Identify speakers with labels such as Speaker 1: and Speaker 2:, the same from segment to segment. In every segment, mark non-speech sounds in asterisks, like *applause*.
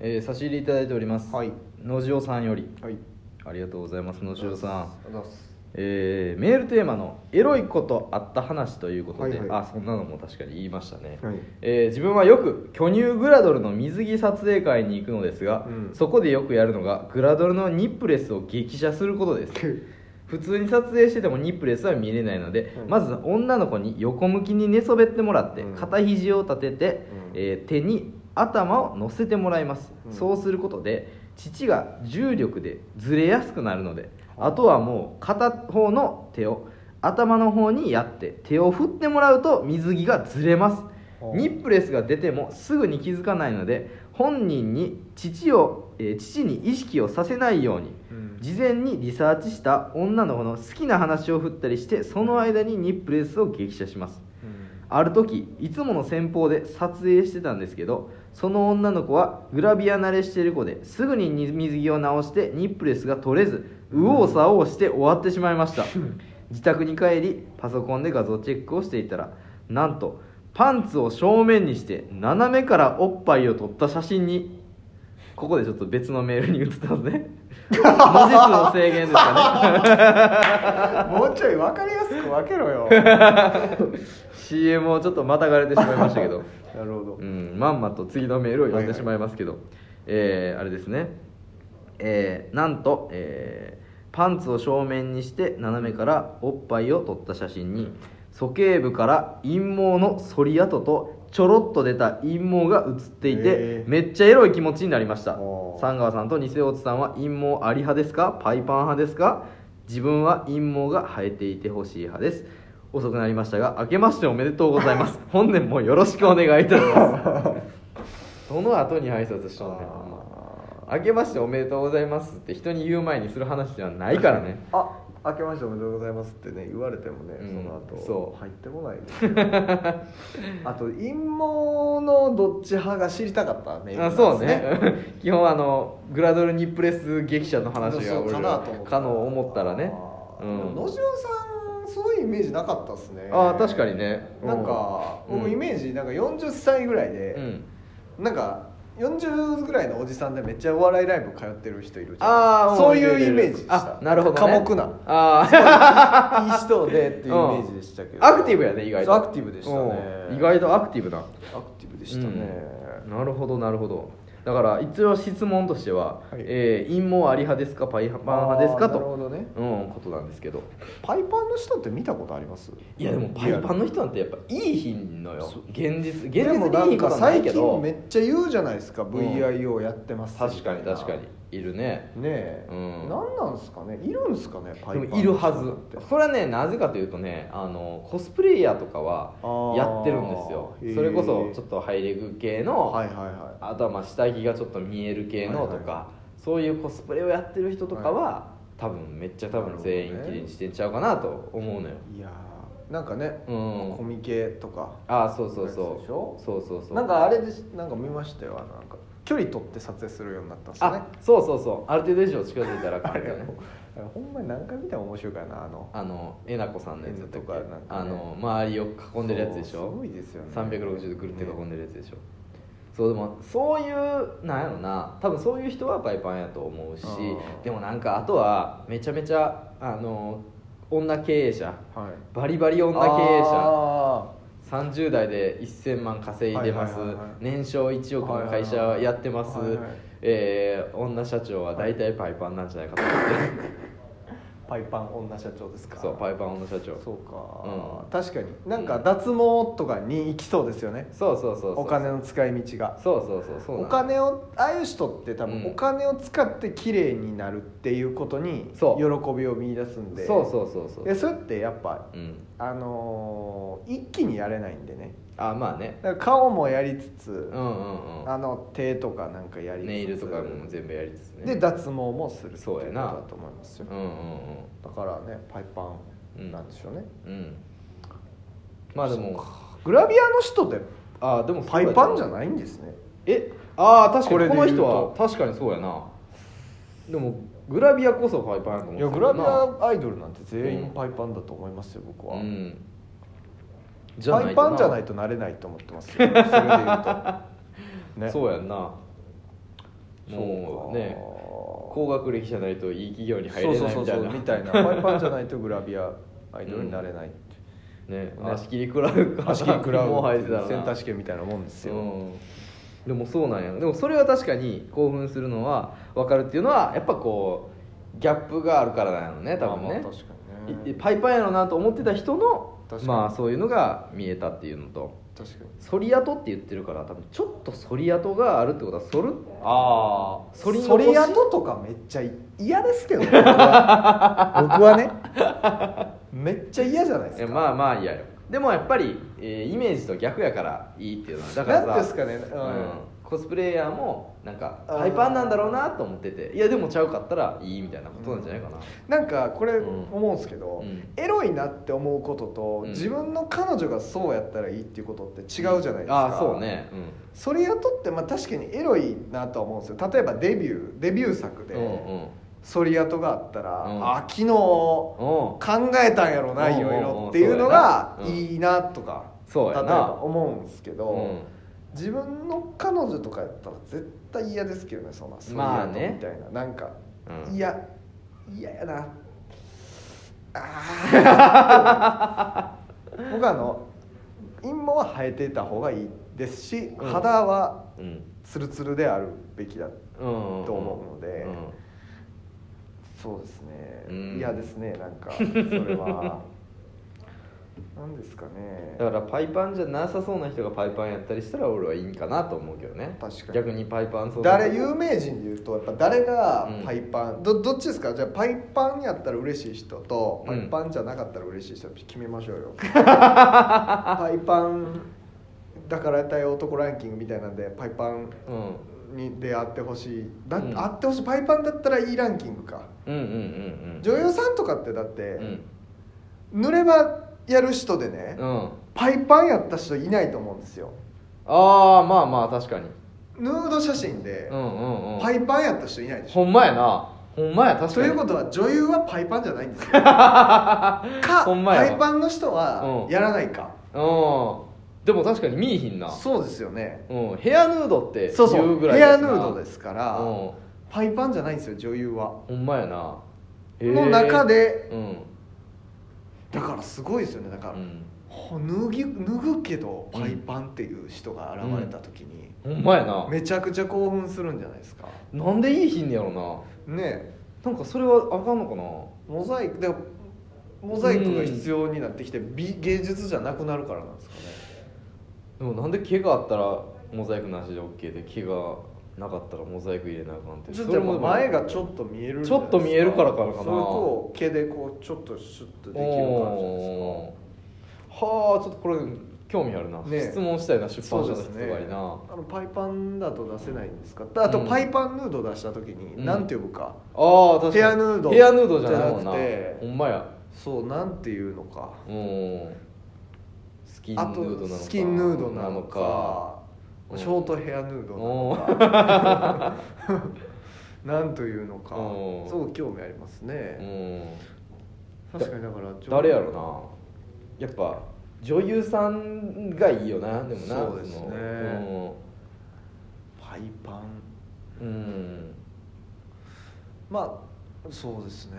Speaker 1: えー差し入れいただいております、
Speaker 2: はい
Speaker 1: のじおさんより
Speaker 2: はい
Speaker 1: ありがとうございますのじおさん
Speaker 2: ありがとうございます
Speaker 1: えーメールテーマの「エロいことあった話」ということで、
Speaker 2: はいはい
Speaker 1: あそんなのも確かに言いましたね、
Speaker 2: はい
Speaker 1: えー自分はよく巨乳グラドルの水着撮影会に行くのですが、
Speaker 2: うん
Speaker 1: そこでよくやるのがグラドルのニップレスを激写することです普通に撮影しててもニップレスは見れないので、
Speaker 2: うん
Speaker 1: まず女の子に横向きに寝そべってもらって、
Speaker 2: うん
Speaker 1: 片肘を立てて、
Speaker 2: うん
Speaker 1: えー手に頭を乗せてもらいます、
Speaker 2: うん
Speaker 1: そうすることで父が重力でずれやすくなるのであとはもう片方の手を頭の方にやって手を振ってもらうと水着がずれます
Speaker 2: ほう
Speaker 1: ニップレスが出てもすぐに気づかないので本人に父を、えー父に意識をさせないように
Speaker 2: うん
Speaker 1: 事前にリサーチした女の子の好きな話を振ったりしてその間にニップレスを激写します
Speaker 2: うん
Speaker 1: ある時いつもの先方で撮影してたんですけどその女の子はグラビア慣れしてる子ですぐに水着を直してニップレスが取れず右往左往して終わってしまいました自宅に帰りパソコンで画像チェックをしていたらなんとパンツを正面にして斜めからおっぱいを撮った写真にここでちょっと別のメールに移ったんですね文字数の制限ですかね
Speaker 2: もうちょい分かりやすく分けろ
Speaker 1: *laughs*
Speaker 2: よ
Speaker 1: CM をちょっとまたがれてしまいましたけど
Speaker 2: なるほど
Speaker 1: うん、まんまと次のメールを読んでしまいますけど、えーあれですね、えーなんと、えーパンツを正面にして斜めからおっぱいを撮った写真に鼠径部から陰毛の反り跡とちょろっと出た陰毛が写っていて、
Speaker 2: へー
Speaker 1: めっちゃエロい気持ちになりました
Speaker 2: おー
Speaker 1: 三川さんとニセオツさんは陰毛あり派ですかパイパン派ですか自分は陰毛が生えていてほしい派です遅くなりましたが明けましておめでとうございます
Speaker 2: *laughs*
Speaker 1: 本年もよろしくお願いいたし
Speaker 2: *laughs*
Speaker 1: ますどの後に挨拶したのねほんま明けましておめでとうございますって人に言う前にする話ではないからね
Speaker 2: あ明けましておめでとうございますってね言われてもね、
Speaker 1: うん
Speaker 2: その後
Speaker 1: そう
Speaker 2: 入ってこないですよあと陰謀のどっち派が知りたかったね
Speaker 1: *laughs* あそうね *laughs* 基本あのグラドルニプレス劇者の話が
Speaker 2: そう
Speaker 1: 俺
Speaker 2: かなと思った
Speaker 1: かの思ったらね
Speaker 2: あー
Speaker 1: うん
Speaker 2: でも野次郎さんそういうイメージなかったですね
Speaker 1: あー確かにね
Speaker 2: なんか、
Speaker 1: うん
Speaker 2: 僕イメージなんか40歳ぐらいで
Speaker 1: う、ん
Speaker 2: なんか40ぐらいのおじさんでめっちゃお笑いライブ通ってる人いるじゃん
Speaker 1: ああ
Speaker 2: そういうイメージでした
Speaker 1: あなるほど、ね、
Speaker 2: 寡黙な
Speaker 1: あー
Speaker 2: いい人でっていうイメージでしたけど、
Speaker 1: アクティブやね意外と
Speaker 2: そうアクティブでしたね
Speaker 1: うん意外とアクティブな
Speaker 2: アクティブでしたね、
Speaker 1: うんなるほどなるほどだから一応質問としては「
Speaker 2: はい
Speaker 1: えー陰謀あり派ですかパイパン派ですか?」
Speaker 2: あーなるほ
Speaker 1: と、
Speaker 2: どね
Speaker 1: うん、ことなんですけど
Speaker 2: パイパンの人って見たことあります
Speaker 1: いやでもパイパンの人なんてやっぱいい日のよ
Speaker 2: そう
Speaker 1: 現実現
Speaker 2: リア
Speaker 1: 実
Speaker 2: ルでもな
Speaker 1: にいい
Speaker 2: ん
Speaker 1: こと
Speaker 2: か
Speaker 1: はない
Speaker 2: 最
Speaker 1: け
Speaker 2: 近
Speaker 1: ど
Speaker 2: めっちゃ言うじゃないですか、
Speaker 1: ん
Speaker 2: VIO やってます
Speaker 1: 確かに確かにいるね
Speaker 2: にねえ、
Speaker 1: うん
Speaker 2: 何なんですかねいるんですかねパイ
Speaker 1: で
Speaker 2: パン
Speaker 1: も
Speaker 2: の
Speaker 1: い
Speaker 2: 人
Speaker 1: るはず
Speaker 2: って
Speaker 1: これはねなぜかというとねあのコスプレイヤーとかは
Speaker 2: あー
Speaker 1: やってるんですよ
Speaker 2: へー
Speaker 1: それこそちょっとハイレグ系の、
Speaker 2: はいはいは
Speaker 1: あとはまあ下着がちょっと見える系のとか、
Speaker 2: はいはいは
Speaker 1: そういうコスプレをやってる人とかは、多分めっちゃ多
Speaker 2: なる
Speaker 1: 分
Speaker 2: ほどね
Speaker 1: 全員綺麗にしてんちゃうかなと思うのよ、
Speaker 2: いいやーなんかね、
Speaker 1: うん
Speaker 2: コミケとか
Speaker 1: ああそうそうそ
Speaker 2: やつ
Speaker 1: う
Speaker 2: でしょ
Speaker 1: そうそうそう
Speaker 2: なんかあれでしなんか見ましたよあのなんか距離取って撮影するようになったんですよね
Speaker 1: あそうそうそうある程度以上近づいたら
Speaker 2: *laughs* あ
Speaker 1: カメ
Speaker 2: れ
Speaker 1: ラね
Speaker 2: あれほんまに何回見ても面白いからなあの
Speaker 1: あのえなこさんのやつだったっけ
Speaker 2: えなこなんかね
Speaker 1: あの周りを囲んでるやつでし
Speaker 2: そう
Speaker 1: ょ
Speaker 2: すごいですよね
Speaker 1: 360度ぐるって囲んでるやつでしょ、そうでもそういうなんやろな多分そういう人はパイパンやと思うし
Speaker 2: あー
Speaker 1: でもなんかあとはめちゃめちゃあの女経営者
Speaker 2: はい
Speaker 1: バリバリ女経営者
Speaker 2: あ
Speaker 1: 30代で1000万稼いでます、
Speaker 2: はいはいはいはい
Speaker 1: 年商1億の会社やってます、
Speaker 2: はいはいはい
Speaker 1: えー女社長は大体パイパンなんじゃないかと思って、
Speaker 2: ーパイパン女社長です *laughs* か
Speaker 1: そうパイパン女社長
Speaker 2: そうか、
Speaker 1: うん
Speaker 2: 確かになんか脱毛とかに行きそうですよね
Speaker 1: そうそうそうそう
Speaker 2: お金の使い道が
Speaker 1: そうそうそうそうな
Speaker 2: お
Speaker 1: の
Speaker 2: 金をああいう人って多分
Speaker 1: うん
Speaker 2: お金を使って綺麗になるっていうことに喜
Speaker 1: そう
Speaker 2: びを見出すんで
Speaker 1: そうそうそうそう
Speaker 2: でそれってやっぱ
Speaker 1: うん
Speaker 2: あのー一気にやれないんでね
Speaker 1: あまあね
Speaker 2: だから顔もやりつつ、
Speaker 1: うんうんう
Speaker 2: あの手とかなんかやり
Speaker 1: ん
Speaker 2: つつ
Speaker 1: ネイルとかも全部やりつつね
Speaker 2: で脱毛もする
Speaker 1: そうやな
Speaker 2: っていうことだと思いますよ
Speaker 1: うんうん
Speaker 2: だからねパイパンなんでしょうね、
Speaker 1: うんうんまあでも
Speaker 2: グラビアの人で
Speaker 1: あでもそう
Speaker 2: パ
Speaker 1: や
Speaker 2: イ
Speaker 1: な
Speaker 2: パンじゃないんですね
Speaker 1: えああ確かにこ
Speaker 2: これ
Speaker 1: の
Speaker 2: で言う
Speaker 1: 人
Speaker 2: と
Speaker 1: は確かにそうやなでもグラビアこそパイパンやと思
Speaker 2: い
Speaker 1: って
Speaker 2: や
Speaker 1: るけ
Speaker 2: グ
Speaker 1: ど
Speaker 2: ラ
Speaker 1: な
Speaker 2: ビアアイドルなんて全
Speaker 1: うん
Speaker 2: 員パイパンだと思いますよ僕は、
Speaker 1: うんじゃないと
Speaker 2: パイパン *laughs* じゃないとなれないと思ってますよそれで言うとね
Speaker 1: そうやんなもうね
Speaker 2: そうか
Speaker 1: 高学歴じゃないといい企業に入
Speaker 2: そう
Speaker 1: れ
Speaker 2: そ
Speaker 1: な
Speaker 2: う
Speaker 1: い
Speaker 2: そう
Speaker 1: み
Speaker 2: そ
Speaker 1: たいうな
Speaker 2: みたいなワイパンじゃないとグラビアアイドルになれないって、
Speaker 1: *laughs* ね足切り食らう
Speaker 2: *laughs*
Speaker 1: から
Speaker 2: 足切り食らう
Speaker 1: もう入ってたらな
Speaker 2: センター試験みたいなもんですよ、
Speaker 1: うんでもそうなんやでもそれは確かに興奮するのは分かるっていうのはやっぱこうギャップがあるからなのね多分
Speaker 2: まあ
Speaker 1: ね
Speaker 2: まあ確かに
Speaker 1: い
Speaker 2: ね
Speaker 1: パイパンやろなと思ってた人の
Speaker 2: 確かに
Speaker 1: まあそういうのが見えたっていうのと
Speaker 2: 確かに
Speaker 1: 反り跡って言ってるから多分ちょっと反り跡があるってことは反る
Speaker 2: ああ
Speaker 1: 反り
Speaker 2: そ
Speaker 1: 残し
Speaker 2: れ跡とかめっちゃ嫌ですけどね僕は僕はねめっちゃ嫌じゃないです
Speaker 1: え
Speaker 2: か
Speaker 1: まあまあいやよでもやっぱり、えーイメージと逆やからいいっていうのはだからさ
Speaker 2: なんですかねうん
Speaker 1: コスプレイヤーもなんか
Speaker 2: あー
Speaker 1: パイパンなんだろうなと思ってていやでもちゃうかったらいいみたいなことなんじゃないかな、
Speaker 2: なんかこれ
Speaker 1: うん
Speaker 2: 思うんですけど、
Speaker 1: うん
Speaker 2: エロいなって思うことと、
Speaker 1: うん
Speaker 2: 自分の彼女がそうやったらいいっていうことって違うじゃないですか、
Speaker 1: ああそうね
Speaker 2: それ雇って、まあ、確かにエロいなとは思うんですよ例えばデビューデビュー作
Speaker 1: う
Speaker 2: で
Speaker 1: んうん
Speaker 2: ソリ雇があったら、
Speaker 1: うん
Speaker 2: あ昨日
Speaker 1: う
Speaker 2: 考
Speaker 1: ん
Speaker 2: えたんやろな
Speaker 1: うん
Speaker 2: いろいろっていうのが
Speaker 1: うん
Speaker 2: いいなとか、
Speaker 1: そう
Speaker 2: 例
Speaker 1: や
Speaker 2: え
Speaker 1: な
Speaker 2: ば思うんですけど、
Speaker 1: うん
Speaker 2: 自分の彼女とかやったら絶対嫌ですけどねそんなソリ
Speaker 1: まあ
Speaker 2: 雇み
Speaker 1: ね
Speaker 2: たいな、なんか
Speaker 1: うん
Speaker 2: いや嫌やなあ
Speaker 1: *laughs*
Speaker 2: ー僕はあの陰毛は生えてた方がいいですし、
Speaker 1: うん
Speaker 2: 肌は
Speaker 1: うん
Speaker 2: ツルツルであるべきだ
Speaker 1: うん
Speaker 2: と思うので
Speaker 1: ん
Speaker 2: そうですね
Speaker 1: うん
Speaker 2: 嫌、ですねなんかそれ
Speaker 1: *laughs*
Speaker 2: はなんですかね
Speaker 1: だからパイパンじゃなさそうな人がパイパンやったりしたら俺はいいんかなと思うけどね
Speaker 2: 確かに
Speaker 1: 逆にパイパンそうだ
Speaker 2: 誰有名人で言うとやっぱ誰が
Speaker 1: うん
Speaker 2: パイパン、どどっちですかじゃあパイパンやったら嬉しい人と
Speaker 1: う
Speaker 2: パ
Speaker 1: ん
Speaker 2: イパンじゃなかったら嬉しい人決めましょう
Speaker 1: *laughs*
Speaker 2: よパイパンだからやったい男ランキングみたいなんでパイパン
Speaker 1: うん
Speaker 2: に出会ってほしいだ、
Speaker 1: うん
Speaker 2: 会ってほしいパイパンだったらいいランキングか
Speaker 1: うんうんうんうん
Speaker 2: 女優さんとかってだって、
Speaker 1: うん
Speaker 2: 濡ればやる人でね、
Speaker 1: うん
Speaker 2: パイパンやった人いないと思うんですよ
Speaker 1: ああまあまあ確かに
Speaker 2: ヌード写真で
Speaker 1: う、んうんうん
Speaker 2: パイパンやった人いないでし
Speaker 1: ほ
Speaker 2: ょ
Speaker 1: んまやなほんまや確
Speaker 2: と
Speaker 1: かに
Speaker 2: いうことは女優はパイパンじゃないんで
Speaker 1: *laughs*
Speaker 2: すよか
Speaker 1: ほんまや
Speaker 2: パ
Speaker 1: わ
Speaker 2: イパンの人は
Speaker 1: うん
Speaker 2: やらないか、
Speaker 1: うんでも確かに見えひんな
Speaker 2: そうですよね
Speaker 1: うんヘアヌードって
Speaker 2: そうそ
Speaker 1: 言
Speaker 2: う
Speaker 1: ぐらい
Speaker 2: ヘアヌードですから、
Speaker 1: うん
Speaker 2: パイパンじゃないんですよ女優は、
Speaker 1: ほんまやな
Speaker 2: の中で
Speaker 1: うん
Speaker 2: だからすごいですよねだから、
Speaker 1: うん
Speaker 2: ほ脱ぎ脱ぐけどパイパンっていう人が現れた時に、
Speaker 1: ほんまやな
Speaker 2: めちゃくちゃ興奮するんじゃないですか
Speaker 1: なんでいいひんねやろ
Speaker 2: ねえ
Speaker 1: ななんかそれはあかんのかな
Speaker 2: モザイクでモザイクが必要になってきて、美芸術じゃなくなるからなんですかね
Speaker 1: でもなんで毛があったらモザイクなしで OK で毛がなかったらモザイク入れなあかんって
Speaker 2: ちょっ
Speaker 1: そ
Speaker 2: と
Speaker 1: れ
Speaker 2: やっ
Speaker 1: も
Speaker 2: ぱ
Speaker 1: でも
Speaker 2: 前がちょっと見えるんじゃないで
Speaker 1: ち
Speaker 2: す
Speaker 1: ょっと見えるからかな
Speaker 2: それと毛でこうちょっとシュッとできる感じ
Speaker 1: おーはあちょっとこれ興味あるな、
Speaker 2: ね
Speaker 1: 質問したいな出
Speaker 2: ですか
Speaker 1: 版社の人がいいな、
Speaker 2: あのパイパンだと出せないんですかあと
Speaker 1: うん
Speaker 2: パイパンヌード出した時
Speaker 1: う
Speaker 2: に
Speaker 1: ん
Speaker 2: 何て呼ぶか、
Speaker 1: ああ確かに
Speaker 2: ヘアヌード
Speaker 1: ヘアヌードじゃないもんな
Speaker 2: じゃなくて
Speaker 1: ほんまや
Speaker 2: そうなんていうのか
Speaker 1: うんスキンヌ
Speaker 2: あ
Speaker 1: ードなの
Speaker 2: と
Speaker 1: か
Speaker 2: スキンヌードなのか
Speaker 1: うん
Speaker 2: ショートヘアヌードなの
Speaker 1: お
Speaker 2: かなんというのか
Speaker 1: うん
Speaker 2: そう興味ありますね、
Speaker 1: うん
Speaker 2: 確かにだから
Speaker 1: 誰やろなやっぱ女優さんがいいよなでもな
Speaker 2: そうですね
Speaker 1: の
Speaker 2: パイパン
Speaker 1: うん、うん
Speaker 2: まあそうですね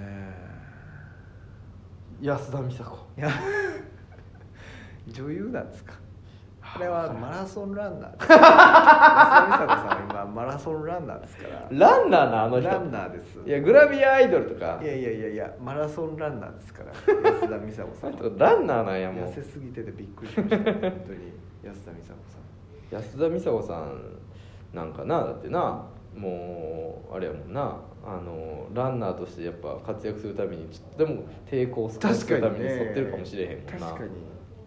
Speaker 1: 安田美沙子
Speaker 2: いや *laughs* 女優なんですかこれはマラソンランナーです安田美沙子さんは今マラソンランナーですから
Speaker 1: ランナーなあの人
Speaker 2: ランナーです
Speaker 1: いやグラビアアイドルとか
Speaker 2: いやいやいやいやマラソンランナーですから安田美沙子
Speaker 1: そ
Speaker 2: さ
Speaker 1: の
Speaker 2: ん
Speaker 1: 人ランナーなんやも
Speaker 2: 痩
Speaker 1: う
Speaker 2: せすぎててびっくりしました本当に安田美沙子さん
Speaker 1: 安田美沙子さんなんかなだってなもうあれやもんなあのランナーとしてやっぱ活躍するためにちょっとでも抵抗を少なくするために
Speaker 2: ね
Speaker 1: 沿ってるかもしれへんもんな
Speaker 2: 確かに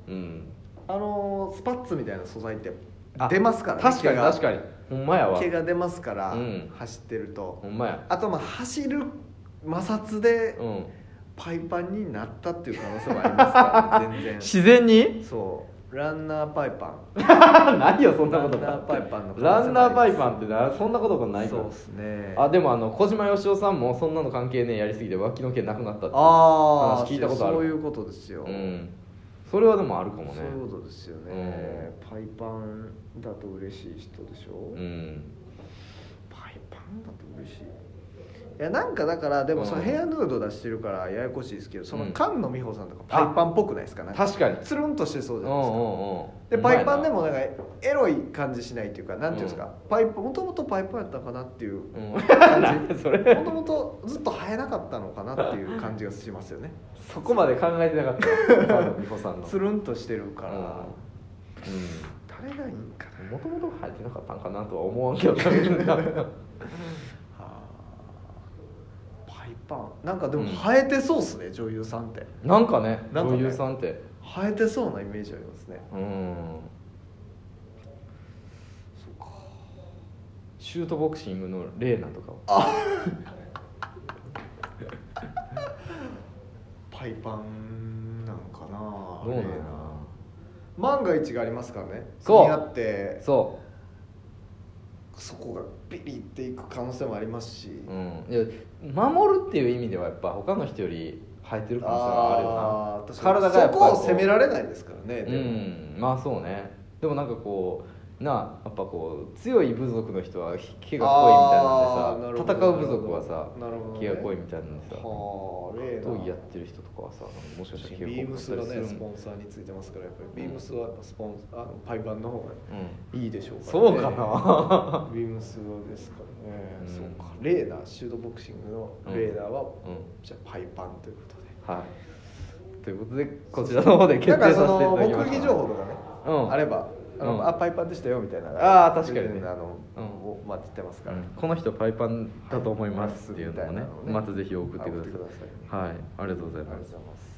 Speaker 1: うん
Speaker 2: あのースパッツみたいな素材って
Speaker 1: あ
Speaker 2: 出ますからね
Speaker 1: 確かに
Speaker 2: 毛が
Speaker 1: 確かにほんまやわ
Speaker 2: 毛が出ますから、
Speaker 1: うん
Speaker 2: 走ってると
Speaker 1: ほんまや
Speaker 2: あとまあ走る摩擦で
Speaker 1: うん
Speaker 2: パイパンになったっていう可能性もありますから、ね、
Speaker 1: *laughs*
Speaker 2: 全然
Speaker 1: 自然に
Speaker 2: そうランナーパイパン
Speaker 1: ないよそんなこと
Speaker 2: ランナーパイパンの
Speaker 1: ランナーパイパンってなそんなことがないか
Speaker 2: そ
Speaker 1: ら
Speaker 2: うですね
Speaker 1: あでもあの小島よしおさんもそんなの関係ねえやりすぎて脇の毛なくなったって
Speaker 2: ああ
Speaker 1: 話聞いたことある
Speaker 2: そういうことですよ、
Speaker 1: うんそれはでもあるかもね
Speaker 2: そういうことですよね、パイパンだと嬉しい人でしょ、
Speaker 1: うん
Speaker 2: パイパンいやなんかだからでもその
Speaker 1: うん
Speaker 2: ヘアヌード出してるからややこしいですけどその
Speaker 1: うん
Speaker 2: 菅野美穂さんとかパイパンっぽくないですかなんか
Speaker 1: 確かに
Speaker 2: つるんとしてそう
Speaker 1: う
Speaker 2: じ
Speaker 1: ん
Speaker 2: ゃ
Speaker 1: う
Speaker 2: ないです
Speaker 1: ん
Speaker 2: か
Speaker 1: うん
Speaker 2: でパイパンで
Speaker 1: も
Speaker 2: もなんかエロい感じしないっていうかなんていうんですか、パイパンもともとパイパンやったのかなっていう
Speaker 1: *laughs*
Speaker 2: 感
Speaker 1: それ
Speaker 2: じもともとずっと生えなかったのかなっていう感じがしますよね
Speaker 1: そこまで考えてなか *laughs* ったよ美穂さんの
Speaker 2: つるんとしてるから
Speaker 1: う
Speaker 2: 垂れないんか
Speaker 1: んもともと生えてなかったんかなとは思わんけどう
Speaker 2: な、はあ、パイパンなんかでも生えてそうっすね、女優さんって
Speaker 1: んなんかね
Speaker 2: なんか
Speaker 1: 女
Speaker 2: ね
Speaker 1: 優さんって
Speaker 2: 生えてそうなイメージありますね
Speaker 1: うんシュートボクシングのレーナとかは
Speaker 2: パイパンなんかな
Speaker 1: どうなんや
Speaker 2: あれ
Speaker 1: ろ
Speaker 2: 万が一がありますからね
Speaker 1: そう
Speaker 2: 組み合って
Speaker 1: そ
Speaker 2: そこがピリっていく可能性もありますし、
Speaker 1: う、うん、いや守るっていう意味ではやっぱ他の人より生えてる可能性があるよな
Speaker 2: ー確
Speaker 1: 体
Speaker 2: かに
Speaker 1: がやっぱりこ
Speaker 2: そこ
Speaker 1: う
Speaker 2: を責められないですからね、
Speaker 1: う
Speaker 2: でも
Speaker 1: んまあそうねでもなんかこうなあやっぱこう強い部族の人は毛が
Speaker 2: あー
Speaker 1: 濃い
Speaker 2: な
Speaker 1: み
Speaker 2: る
Speaker 1: たいなん
Speaker 2: ほ
Speaker 1: でさ戦う
Speaker 2: ど
Speaker 1: 部族はさ
Speaker 2: なるほどね
Speaker 1: 毛が濃いみたいなんでさ
Speaker 2: はあ例
Speaker 1: 闘技やってる人とかはさもしかしたら毛が
Speaker 2: ビーム
Speaker 1: 濃
Speaker 2: ス
Speaker 1: か
Speaker 2: が
Speaker 1: ったりする
Speaker 2: ねス
Speaker 1: も
Speaker 2: ポ
Speaker 1: ん
Speaker 2: ンサーについてますからやっぱりビームスはやっぱスポンあのパイパンの方がいいでしょうから、
Speaker 1: そうかな
Speaker 2: *laughs* ビームスはですからね、
Speaker 1: うん
Speaker 2: そうかレーダーシュートボクシングのレーダーは、
Speaker 1: うんうん
Speaker 2: じゃあパイパンということで
Speaker 1: うんはいということでこちらの方で決
Speaker 2: だ
Speaker 1: 定
Speaker 2: か
Speaker 1: さ
Speaker 2: ら
Speaker 1: せてい
Speaker 2: その
Speaker 1: ただきま
Speaker 2: 目
Speaker 1: し
Speaker 2: 撃
Speaker 1: た
Speaker 2: 情報とかね、
Speaker 1: うん
Speaker 2: あればあの、
Speaker 1: うん
Speaker 2: あパイパンでしたよみたいな
Speaker 1: あー確かにね
Speaker 2: あの、
Speaker 1: うん
Speaker 2: をまあ言ってますから、
Speaker 1: うんこの人パイパンだと思いますっていうのもね
Speaker 2: はい
Speaker 1: またぜひ送ってください
Speaker 2: 送ってくださ
Speaker 1: はいありがとうござい
Speaker 2: あり
Speaker 1: ま
Speaker 2: がとうご
Speaker 1: す
Speaker 2: ざいます